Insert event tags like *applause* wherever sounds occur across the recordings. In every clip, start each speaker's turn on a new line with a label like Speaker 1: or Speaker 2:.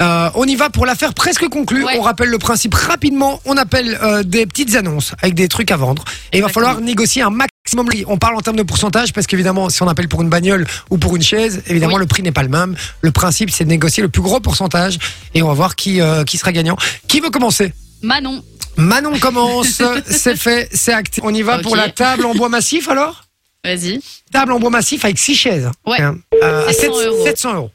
Speaker 1: Euh, on y va pour l'affaire presque conclue.
Speaker 2: Ouais.
Speaker 1: On rappelle le principe rapidement. On appelle euh, des petites annonces avec des trucs à vendre. Et il va
Speaker 2: Exactement.
Speaker 1: falloir négocier un maximum. de prix. On parle en termes de pourcentage parce qu'évidemment, si on appelle pour une bagnole ou pour une chaise, évidemment,
Speaker 2: Oui.
Speaker 1: le prix n'est pas le même. Le principe, c'est de négocier le plus gros pourcentage et on va voir qui, euh, qui sera gagnant. Qui veut commencer
Speaker 2: Manon.
Speaker 1: Manon
Speaker 2: *laughs*
Speaker 1: commence. c'est fait, c'est acté. On y va pour
Speaker 2: Ok.
Speaker 1: la table en bois massif alors
Speaker 2: Vas-y.
Speaker 1: Table en bois massif avec six chaises.
Speaker 2: Ouais.
Speaker 1: Hein, euh, à
Speaker 2: 700
Speaker 1: 700
Speaker 2: euros.
Speaker 1: 700 euros.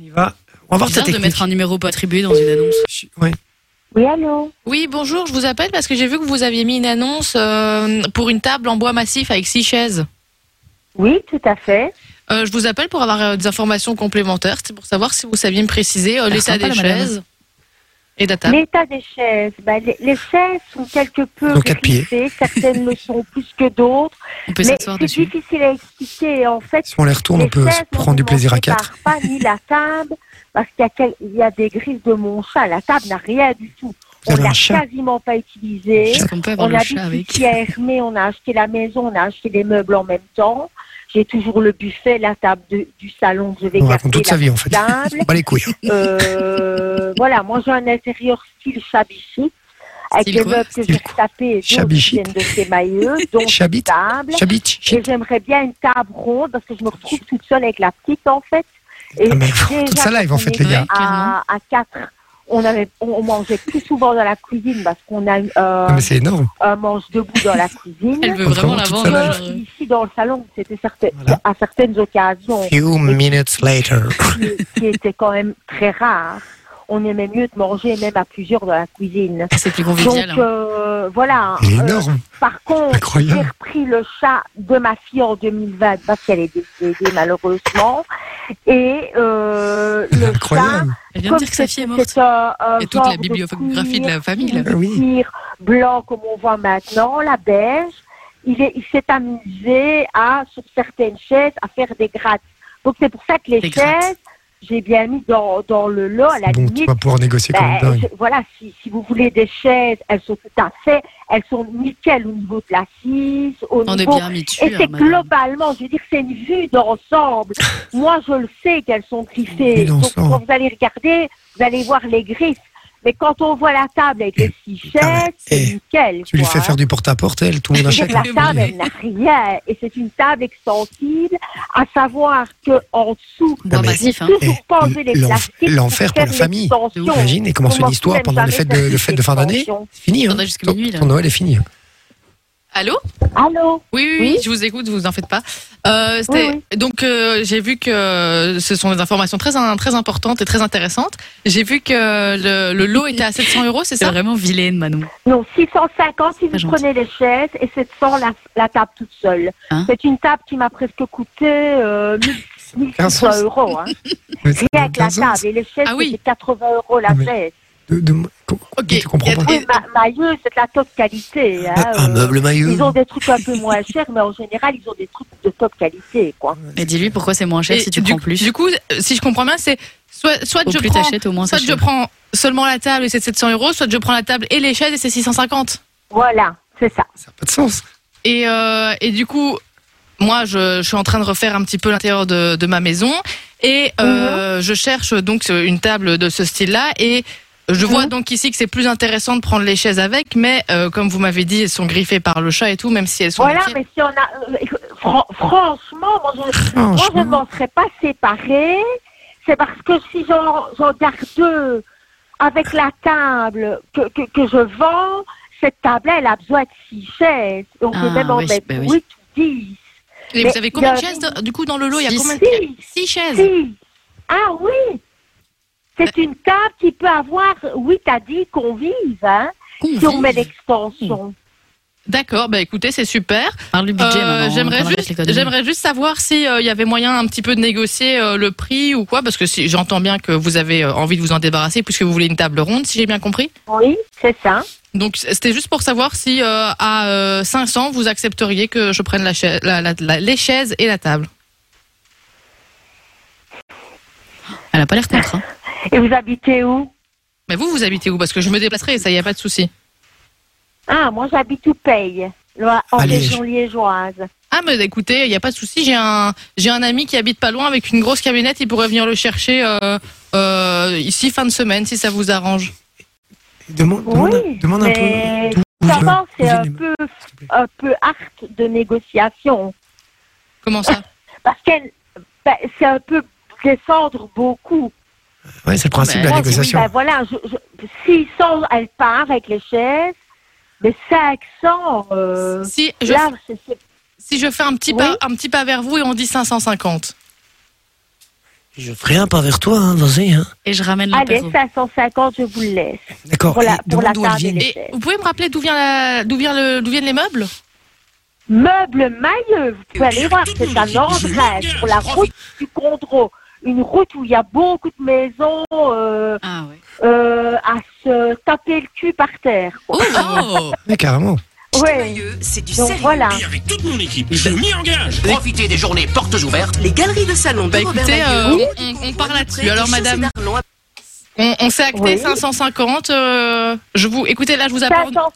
Speaker 1: On y va. On va voir ta
Speaker 2: Bizarre de
Speaker 1: technique.
Speaker 2: mettre un numéro pas attribué dans une annonce.
Speaker 1: Ouais.
Speaker 3: Oui, allô
Speaker 4: Oui, bonjour, je vous appelle parce que j'ai vu que vous aviez mis une annonce euh, pour une table en bois massif avec six chaises.
Speaker 3: Oui, tout à fait.
Speaker 4: Euh, je vous appelle pour avoir euh, des informations complémentaires, c'est pour savoir si vous saviez me préciser euh,
Speaker 2: Elle
Speaker 4: l'état
Speaker 2: ressemble
Speaker 4: des
Speaker 2: pas, la madame.
Speaker 4: chaises et de la table.
Speaker 3: L'état des chaises. bah, les, les chaises sont quelque peu
Speaker 1: Donc, quatre pieds.
Speaker 3: rétrécies, certaines le sont plus que d'autres.
Speaker 2: On peut
Speaker 3: Mais
Speaker 2: s'asseoir
Speaker 3: c'est
Speaker 2: dessus.
Speaker 3: difficile à expliquer. En fait,
Speaker 1: Si on les retourne, on
Speaker 3: les
Speaker 1: peut
Speaker 3: chaises ne
Speaker 1: prendre du
Speaker 3: sont
Speaker 1: plaisir à
Speaker 3: montées
Speaker 1: quatre.
Speaker 3: par pas ni la table, parce qu'il y, a quel- il y a des grises de mon chat. La table n'a rien du tout.
Speaker 1: Vous
Speaker 3: on
Speaker 1: avez
Speaker 3: l'a
Speaker 1: un chat
Speaker 3: quasiment pas utilisée.
Speaker 2: Est-ce qu'on peut avoir
Speaker 3: On
Speaker 2: le
Speaker 3: a
Speaker 2: chat
Speaker 3: dit
Speaker 2: avec
Speaker 3: ici à Hermé, on a acheté la maison, on a acheté les meubles en même temps. J'ai toujours le buffet, la table de- du salon que je vais
Speaker 1: On
Speaker 3: garder,
Speaker 1: raconte toute
Speaker 3: la
Speaker 1: sa vie en fait.
Speaker 3: table.
Speaker 1: Pas les couilles. hein.
Speaker 3: Euh, voilà, moi j'ai un intérieur style chabichi, avec
Speaker 2: Style
Speaker 3: des
Speaker 2: quoi
Speaker 3: meubles que
Speaker 1: Style
Speaker 3: j'ai
Speaker 1: quoi
Speaker 3: retapés et d'autres qui
Speaker 1: Chabichi.
Speaker 3: viennent de chez
Speaker 1: *laughs*
Speaker 3: Mailleux, donc une
Speaker 1: Chabit
Speaker 3: table.
Speaker 1: Chabit
Speaker 3: Et j'aimerais bien une table ronde parce que je me retrouve toute seule avec la petite en fait. Et
Speaker 1: Ah, mais
Speaker 3: déjà,
Speaker 1: *laughs* toute sa live, en
Speaker 3: quand on
Speaker 1: fait, les
Speaker 3: était
Speaker 2: gars.
Speaker 3: À, à quatre, on, avait, on, on mangeait plus souvent dans la cuisine parce qu'on a euh,
Speaker 1: Ah, Mais c'est énorme.
Speaker 3: un mange debout dans
Speaker 1: *laughs*
Speaker 3: la cuisine.
Speaker 4: Elle veut
Speaker 1: Encore
Speaker 4: vraiment la
Speaker 1: toute
Speaker 4: vendre.
Speaker 1: seule.
Speaker 3: Que
Speaker 4: genre, euh,
Speaker 3: ici dans le salon, c'était certain-
Speaker 1: Voilà.
Speaker 3: à certaines occasions
Speaker 1: Few minutes
Speaker 3: *laughs*
Speaker 1: later.
Speaker 3: qui, qui était quand même très rare. On aimait mieux de manger même à plusieurs dans la cuisine.
Speaker 2: C'est plus
Speaker 3: Donc
Speaker 2: convivial. hein.
Speaker 3: euh, voilà.
Speaker 1: Il est
Speaker 3: Euh,
Speaker 1: énorme.
Speaker 3: par contre, j'ai
Speaker 1: Incroyable.
Speaker 3: repris le chat de ma fille en 2020 parce qu'elle est décédée malheureusement. Et euh, *laughs* le chat,
Speaker 1: Incroyable.
Speaker 2: Elle vient de
Speaker 3: comme
Speaker 2: dire que sa
Speaker 3: c'est
Speaker 2: fille est morte.
Speaker 3: c'est un, un
Speaker 2: Et toute la
Speaker 3: genre de
Speaker 2: bibliographie de la famille, là.
Speaker 1: Ah oui.
Speaker 3: cuir blanc comme on voit maintenant, la beige, il est- il s'est amusé à, sur certaines chaises, à faire des grattes. Donc c'est pour ça que les
Speaker 2: Des grattes.
Speaker 3: chaises, j'ai bien mis dans, dans le lot, à la
Speaker 1: Bon, tu
Speaker 3: limite.
Speaker 1: vas pouvoir négocier comme
Speaker 3: ben,
Speaker 1: une dingue.
Speaker 3: je- voilà, si, si vous voulez des chaises, elles sont tout à fait, elles sont nickel au niveau de l'assise, au
Speaker 2: On est
Speaker 3: niveau
Speaker 2: bien habitué.
Speaker 3: et c'est globalement, je veux dire, c'est une vue
Speaker 1: *laughs*
Speaker 3: d'ensemble. Moi, je le sais qu'elles sont
Speaker 1: Une vue
Speaker 3: griffées. Donc,
Speaker 1: d'ensemble.
Speaker 3: quand vous allez regarder, vous allez voir les griffes. Mais quand on voit la table avec les six
Speaker 1: putain,
Speaker 3: chaises, c'est
Speaker 1: eh,
Speaker 3: nickel.
Speaker 1: Tu lui
Speaker 3: quoi,
Speaker 1: fais
Speaker 3: hein.
Speaker 1: faire du porte-à-porte, elle, tout le monde
Speaker 3: Je veux
Speaker 1: achète. hein.
Speaker 3: dire,
Speaker 2: chacun,
Speaker 3: la table,
Speaker 2: oui.
Speaker 3: elle n'a rien. Et c'est une table extensible, à savoir qu'en dessous,
Speaker 1: Non, mais-
Speaker 2: massif. hein.
Speaker 3: toujours
Speaker 1: Eh,
Speaker 3: pas enlever les
Speaker 1: l'enf-
Speaker 3: plastiques. pour
Speaker 1: l'enfer pour
Speaker 3: faire
Speaker 1: la famille.
Speaker 3: l'extension.
Speaker 1: T'imagines Et commence
Speaker 3: Comment
Speaker 1: une histoire
Speaker 3: vous
Speaker 1: pendant
Speaker 3: aime
Speaker 1: les fêtes de,
Speaker 3: jamais
Speaker 1: les fêtes de fin
Speaker 3: faire une
Speaker 1: d'année
Speaker 3: extension
Speaker 1: C'est fini, hein
Speaker 2: On a jusqu'à
Speaker 1: ton,
Speaker 2: minuit, là.
Speaker 1: ton Noël est fini. hein.
Speaker 4: hein. Allô
Speaker 3: Allô
Speaker 4: oui, oui,
Speaker 3: Oui.
Speaker 4: oui, je vous écoute, vous en faites pas. Euh, c'était-
Speaker 3: Oui,
Speaker 4: Donc euh, j'ai vu que euh, ce sont des informations très in- très importantes et très intéressantes. J'ai vu que euh, le, le lot était à 700 euros, c'est
Speaker 2: C'est
Speaker 4: ça
Speaker 2: vraiment vilaine, Manon.
Speaker 3: Non, 650 si vous
Speaker 2: Pas gentil.
Speaker 3: prenez les chaises et 700 la, la table toute seule.
Speaker 2: Hein
Speaker 3: c'est une table qui m'a presque coûté euh, 1600
Speaker 1: sens.
Speaker 3: euros. Hein.
Speaker 1: Mais ça n'a
Speaker 3: Rien que
Speaker 1: aucun
Speaker 3: la
Speaker 1: sens.
Speaker 3: table et les chaises,
Speaker 4: Ah oui.
Speaker 3: c'était 80 euros la
Speaker 1: Ah, mais-
Speaker 3: chaise.
Speaker 1: De- de- co-
Speaker 4: Ok,
Speaker 1: Tu comprends
Speaker 4: il y a-
Speaker 1: pas.
Speaker 4: et-
Speaker 3: Oui, ma, maillot, c'est de la top qualité. Hein,
Speaker 1: Un
Speaker 3: euh.
Speaker 1: meuble maillot.
Speaker 3: Ils ont des trucs un peu
Speaker 1: *laughs*
Speaker 3: moins chers, mais en général, ils ont des trucs de top qualité. quoi.
Speaker 2: Mais dis-lui pourquoi c'est moins cher
Speaker 4: Et
Speaker 2: si tu
Speaker 4: du,
Speaker 2: prends plus.
Speaker 4: Du coup, euh, si je comprends bien, c'est soit, soit
Speaker 2: Au
Speaker 4: je
Speaker 2: plus
Speaker 4: prends,
Speaker 2: t'achètes, au moins
Speaker 4: soit
Speaker 2: c'est
Speaker 4: je
Speaker 2: cher.
Speaker 4: prends seulement la table et c'est 700 euros, soit je prends la table et les chaises et c'est 650.
Speaker 3: Voilà, c'est ça.
Speaker 1: Ça n'a pas de sens.
Speaker 4: Et, euh, et du coup, moi, je, je suis en train de refaire un petit peu l'intérieur de, de ma maison et euh,
Speaker 3: Mhm.
Speaker 4: je cherche donc une table de ce style-là et je vois
Speaker 3: Mhm.
Speaker 4: donc ici que c'est plus intéressant de prendre les chaises avec, mais euh, comme vous m'avez dit, elles sont griffées par le chat et tout, même si elles sont
Speaker 3: Voilà,
Speaker 4: nickel.
Speaker 3: mais si on a. euh, écoute, fran- franchement, moi, je, Moi, je ne
Speaker 1: Franchement.
Speaker 3: m'en serais pas séparée. C'est parce que si j'en j'en garde deux avec la table que, que, que je vends, cette table elle a besoin de six chaises. On peut
Speaker 2: Ah,
Speaker 3: même en
Speaker 2: oui,
Speaker 3: mettre
Speaker 2: ben oui.
Speaker 3: huit ou dix.
Speaker 4: Et
Speaker 3: mais
Speaker 4: vous avez combien de
Speaker 3: il y a-
Speaker 4: chaises de- du coup dans le lot Il y a
Speaker 2: Six.
Speaker 4: combien de...
Speaker 3: Six,
Speaker 4: Six chaises.
Speaker 3: six. Ah oui C'est
Speaker 2: Ben
Speaker 3: une table qui peut avoir huit à dix convives, hein, si on met l'extension.
Speaker 4: D'accord, bah écoutez, c'est super.
Speaker 2: Parle du budget,
Speaker 4: Euh,
Speaker 2: maman, on
Speaker 4: j'aimerais
Speaker 2: parlera avec
Speaker 4: juste,
Speaker 2: l'économie.
Speaker 4: j'aimerais juste savoir si euh, il y avait moyen un petit peu de négocier euh, le prix ou quoi, parce que si, j'entends bien que vous avez euh, envie de vous en débarrasser puisque vous voulez une table ronde, si j'ai bien compris.
Speaker 3: Oui, c'est ça.
Speaker 4: Donc c- c'était juste pour savoir si euh, à euh, 500 vous accepteriez que je prenne la chaise, la- la- la- les chaises et la table.
Speaker 2: Elle a pas l'air contre. hein.
Speaker 3: Et vous habitez où
Speaker 4: Mais vous, vous habitez où Parce que je me déplacerai, ça y a pas de souci.
Speaker 3: Ah, moi j'habite où paye. Loin- en
Speaker 1: À Liège.
Speaker 3: région liégeoise.
Speaker 4: Ah, mais écoutez, il n'y a pas de souci. J'ai un, j'ai un ami qui habite pas loin avec une grosse camionnette. Il pourrait venir le chercher euh, euh, ici fin de semaine si ça vous arrange.
Speaker 1: Demande,
Speaker 3: Oui,
Speaker 1: demande, demande un
Speaker 3: mais
Speaker 1: peu. d'où- d'où
Speaker 3: Clairement,
Speaker 1: vient-
Speaker 3: c'est
Speaker 1: d'où
Speaker 3: un
Speaker 1: vient-
Speaker 3: peu,
Speaker 1: s'il te plaît.
Speaker 3: un peu art de négociation.
Speaker 4: Comment ça
Speaker 3: Parce qu'elle, ben, c'est un peu descendre beaucoup.
Speaker 1: Ouais, c'est le principe de
Speaker 4: Mais
Speaker 1: la
Speaker 3: Moi, je dis,
Speaker 1: négociation.
Speaker 3: ben voilà, je, je, 600, elle part avec les chaises, mais 500, euh,
Speaker 4: Si je,
Speaker 3: là, c'est- c'est-
Speaker 4: si je fais un petit
Speaker 3: Oui.
Speaker 4: pas, un petit pas vers vous et on dit 550.
Speaker 5: Je ferai un pas vers toi, hein, vas-y. Hein.
Speaker 2: Et je ramène
Speaker 3: allez,
Speaker 2: l'apéro.
Speaker 3: 550, je vous le laisse.
Speaker 1: D'accord.
Speaker 3: pour la-
Speaker 1: Et
Speaker 3: pour la
Speaker 1: demande d'où elles
Speaker 3: table,
Speaker 1: viennent.
Speaker 3: les-
Speaker 4: Et vous pouvez me rappeler d'où vient la, d'où vient le, d'où viennent les meubles
Speaker 3: Meuble mailleux, vous pouvez aller voir, c'est un endroit sur la route du Condro. Une route où il y a beaucoup de maisons euh,
Speaker 2: Ah ouais.
Speaker 3: euh, à se taper le cul par terre. quoi.
Speaker 4: Oh
Speaker 1: Ouais, carrément.
Speaker 3: Ouais.
Speaker 6: Mailleux, c'est du
Speaker 3: Donc
Speaker 6: sérieux.
Speaker 3: voilà.
Speaker 7: Et avec toute mon équipe, je m'y engage.
Speaker 8: Profitez des journées portes ouvertes.
Speaker 6: Les galeries de salon de
Speaker 4: Bah,
Speaker 6: Robert
Speaker 4: écoutez,
Speaker 6: Maillot,
Speaker 4: euh,
Speaker 6: route du
Speaker 4: on- on
Speaker 6: Congrès,
Speaker 4: part
Speaker 6: du
Speaker 4: là-dessus.
Speaker 6: pré-
Speaker 4: Alors,
Speaker 6: du chaussée
Speaker 4: madame.
Speaker 6: d'Arlon, à-
Speaker 4: On, on s'est acté
Speaker 3: Oui.
Speaker 4: 550. euh, je vous, écoutez, là, je vous appelle.
Speaker 3: 500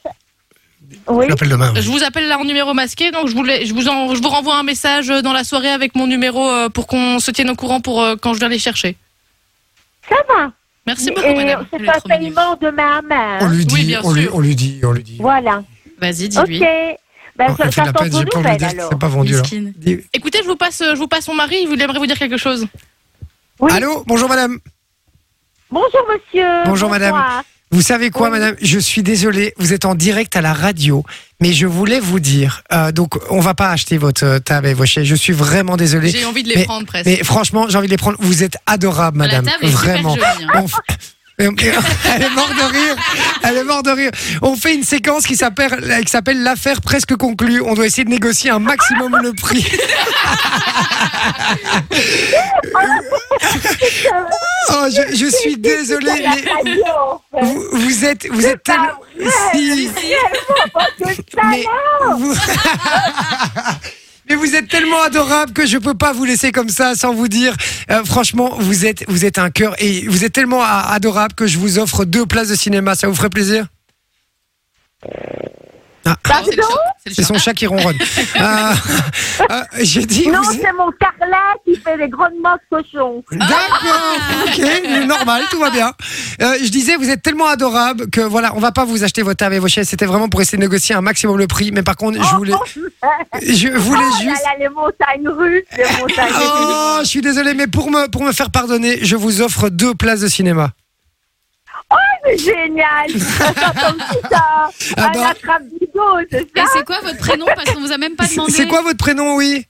Speaker 3: Oui,
Speaker 1: Je l'appelle demain.
Speaker 4: Je vous appelle là en numéro masqué, donc je vous, l'ai- je vous, en- je vous renvoie un message euh, dans la soirée avec mon numéro euh, pour qu'on se tienne au courant pour euh, quand je viens les chercher.
Speaker 3: ça va.
Speaker 4: Merci beaucoup,
Speaker 3: Et
Speaker 4: madame. Vous
Speaker 3: c'est
Speaker 4: êtes
Speaker 3: un
Speaker 4: trop mignonne.
Speaker 3: paiement de main à main.
Speaker 1: On
Speaker 3: hein.
Speaker 1: lui
Speaker 4: Oui,
Speaker 1: dit,
Speaker 4: bien
Speaker 1: on lui,
Speaker 4: sûr.
Speaker 1: on lui dit, on lui dit.
Speaker 3: Voilà.
Speaker 2: Vas-y, dis-lui.
Speaker 3: Ok. Ben,
Speaker 1: Ça
Speaker 3: je-
Speaker 1: me fait de la
Speaker 3: j'attends
Speaker 1: peine,
Speaker 3: vos
Speaker 1: j'ai pas envie de
Speaker 3: nouvelles
Speaker 1: dire que
Speaker 3: alors.
Speaker 1: c'est pas vendu. là.
Speaker 2: Miskine.
Speaker 1: Dis-
Speaker 4: Écoutez, je vous passe, euh, je vous passe mon mari. Il aimerait vous dire quelque chose.
Speaker 3: Oui.
Speaker 1: Allô, bonjour madame.
Speaker 3: Bonjour monsieur.
Speaker 1: Bonjour, madame.
Speaker 3: Bonsoir.
Speaker 1: Vous savez quoi,
Speaker 3: Oui.
Speaker 1: madame Je suis désolé, vous êtes en direct à la radio, mais je voulais vous dire. euh, donc, on va pas acheter votre euh, table et vos chaises. Je suis vraiment désolé.
Speaker 4: J'ai envie de les
Speaker 1: mais-
Speaker 4: prendre presque.
Speaker 1: Mais franchement, j'ai envie de les prendre. Vous êtes adorable,
Speaker 2: La
Speaker 1: madame.
Speaker 2: table est
Speaker 1: Vraiment.
Speaker 2: super jolie. hein.
Speaker 1: On f- *laughs* Elle est morte de rire. Elle est morte de rire. On fait une séquence qui s'appelle qui s'appelle l'affaire presque conclue. On doit essayer de négocier un maximum le
Speaker 2: *laughs*
Speaker 1: prix. Oh, je, je suis désolé. mais *laughs*
Speaker 3: Adieu.
Speaker 1: vous, vous êtes vous êtes tellement si, mais vous... *laughs* Mais vous êtes tellement adorable que je peux pas vous laisser comme ça sans vous dire. euh, franchement, vous êtes vous êtes un cœur et vous êtes tellement a- adorable que je vous offre deux places de cinéma. Ça vous ferait plaisir Ah,
Speaker 4: Oh, c'est le chat- c'est le
Speaker 1: C'est
Speaker 4: chat.
Speaker 1: son chat qui ronronne. Euh, euh, J'ai dit.
Speaker 3: Non,
Speaker 1: vous-
Speaker 3: c'est mon Carla qui fait des grognements de cochon.
Speaker 1: D'accord, ok, normal, tout va bien. Euh, je disais, vous êtes tellement adorable que voilà, on va pas vous acheter votre table et vos chaises. C'était vraiment pour essayer de négocier un maximum le prix. Mais par contre, je voulais, je voulais
Speaker 3: Oh là
Speaker 1: juste.
Speaker 3: là, les montagnes russes,
Speaker 1: *laughs*
Speaker 3: les montagnes russes.
Speaker 1: Oh, je suis désolé, mais pour me, pour me faire pardonner, je vous offre deux places de cinéma.
Speaker 3: C'est
Speaker 1: *laughs*
Speaker 3: génial. Comme ça,
Speaker 1: Ah
Speaker 3: un
Speaker 1: bah.
Speaker 3: attrape-bigot, c'est
Speaker 2: Et
Speaker 3: ça
Speaker 2: c'est quoi votre prénom Parce qu'on vous a même pas demandé.
Speaker 1: C'est quoi votre prénom, oui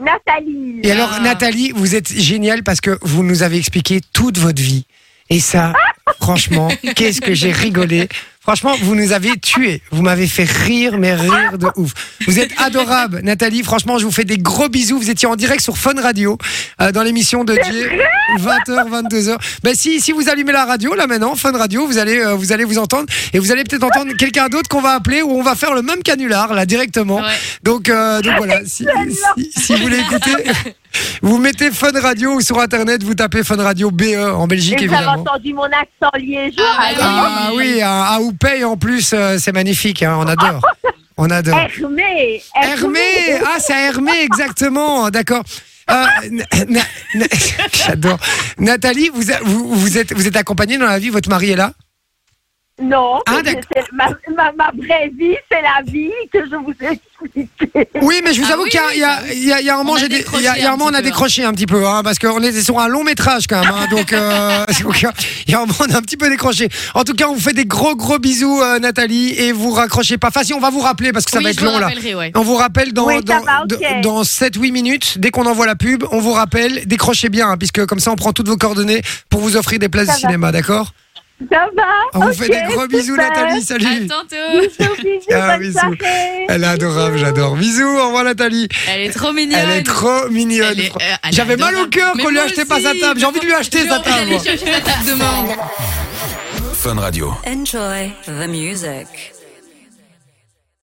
Speaker 3: Nathalie.
Speaker 1: Et alors,
Speaker 4: Ah.
Speaker 1: Nathalie, vous êtes géniale parce que vous nous avez expliqué toute votre vie. Et
Speaker 4: *laughs*
Speaker 1: ça, franchement, qu'est-ce que j'ai rigolé. Franchement, vous nous avez tués. Vous m'avez fait rire, mais rire de ouf. Vous êtes adorable, Nathalie. Franchement, je vous fais des gros bisous. Vous étiez en direct sur Fun Radio, euh, dans l'émission de Dieu, 20h, 22h. Ben, si, si vous allumez la radio, là maintenant, Fun Radio, vous allez, euh, vous allez vous entendre. Et vous allez peut-être entendre quelqu'un d'autre qu'on va appeler ou on va faire le même canular, là, directement.
Speaker 4: Ouais.
Speaker 1: Donc, euh, donc voilà, si, si- si vous voulez écouter, vous mettez Fun Radio ou sur Internet, vous tapez Fun Radio BE en Belgique,
Speaker 3: Et vous avez
Speaker 1: évidemment.
Speaker 3: entendu mon accent liégeois.
Speaker 4: Ah,
Speaker 3: alors.
Speaker 1: Ah oui, à, à Oupey, en plus, euh, c'est magnifique, hein, on adore. On adore.
Speaker 3: Eh, Hermé.
Speaker 1: Hermé, ah c'est à Hermé, exactement, d'accord. Euh, Na- Na- Na- *laughs* J'adore. Nathalie, vous, a- vous, vous êtes, vous êtes accompagnée dans la vie, votre mari est là
Speaker 3: Non,
Speaker 1: Ah,
Speaker 3: parce que
Speaker 1: d'accord.
Speaker 3: c'est ma, ma, ma vraie vie, c'est la vie que je vous ai expliquée.
Speaker 1: Oui, mais je vous
Speaker 4: Ah
Speaker 1: avoue
Speaker 4: oui,
Speaker 1: qu'il y a-
Speaker 4: oui,
Speaker 1: il y, a- il y a- il y a un moment,
Speaker 4: a
Speaker 1: j'ai dé- il y a- il y a un
Speaker 4: décroché un
Speaker 1: moment, on a
Speaker 4: petit peu, hein.
Speaker 1: décroché un petit peu, hein, parce qu'on était sur un long métrage quand même. hein,
Speaker 4: *laughs*
Speaker 1: donc, euh, *laughs* donc, il y a un moment, on a un petit peu décroché. En tout cas, on vous fait des gros gros bisous, euh, Nathalie, et vous raccrochez pas. Enfin, si, on va vous rappeler parce que ça
Speaker 4: Oui,
Speaker 1: va être
Speaker 4: je vous
Speaker 1: long là.
Speaker 4: rappellerai, ouais.
Speaker 1: On vous rappelle dans,
Speaker 3: Oui, ça
Speaker 1: dans,
Speaker 3: va, ok.
Speaker 1: dans- dans 7-8 minutes, dès qu'on envoie la pub, on vous rappelle, décrochez bien, hein, puisque comme ça on prend toutes vos coordonnées pour vous offrir des places
Speaker 3: Ça
Speaker 1: de
Speaker 3: va.
Speaker 1: cinéma, d'accord
Speaker 3: Ça va
Speaker 1: On vous
Speaker 3: Ok,
Speaker 1: fait des gros bisous,
Speaker 3: super.
Speaker 1: Nathalie, salut
Speaker 2: À tantôt.
Speaker 3: Bisous, bisous,
Speaker 1: Ah,
Speaker 3: bonne
Speaker 1: bisous.
Speaker 3: soirée.
Speaker 1: Elle est adorable, j'adore. Bisous, au revoir Nathalie.
Speaker 2: Elle est trop mignonne.
Speaker 1: Elle est trop mignonne.
Speaker 4: Elle est- euh, elle est
Speaker 1: J'avais mal au
Speaker 4: adorable.
Speaker 1: cœur
Speaker 4: Mais
Speaker 1: qu'on lui
Speaker 4: moi
Speaker 1: achetait pas
Speaker 4: aussi,
Speaker 1: sa table. J'ai envie de lui acheter
Speaker 4: J'ai
Speaker 1: sa
Speaker 4: envie d'aller
Speaker 1: table. moi.
Speaker 4: chercher la table demain.
Speaker 7: Fun Radio.
Speaker 6: Enjoy the music.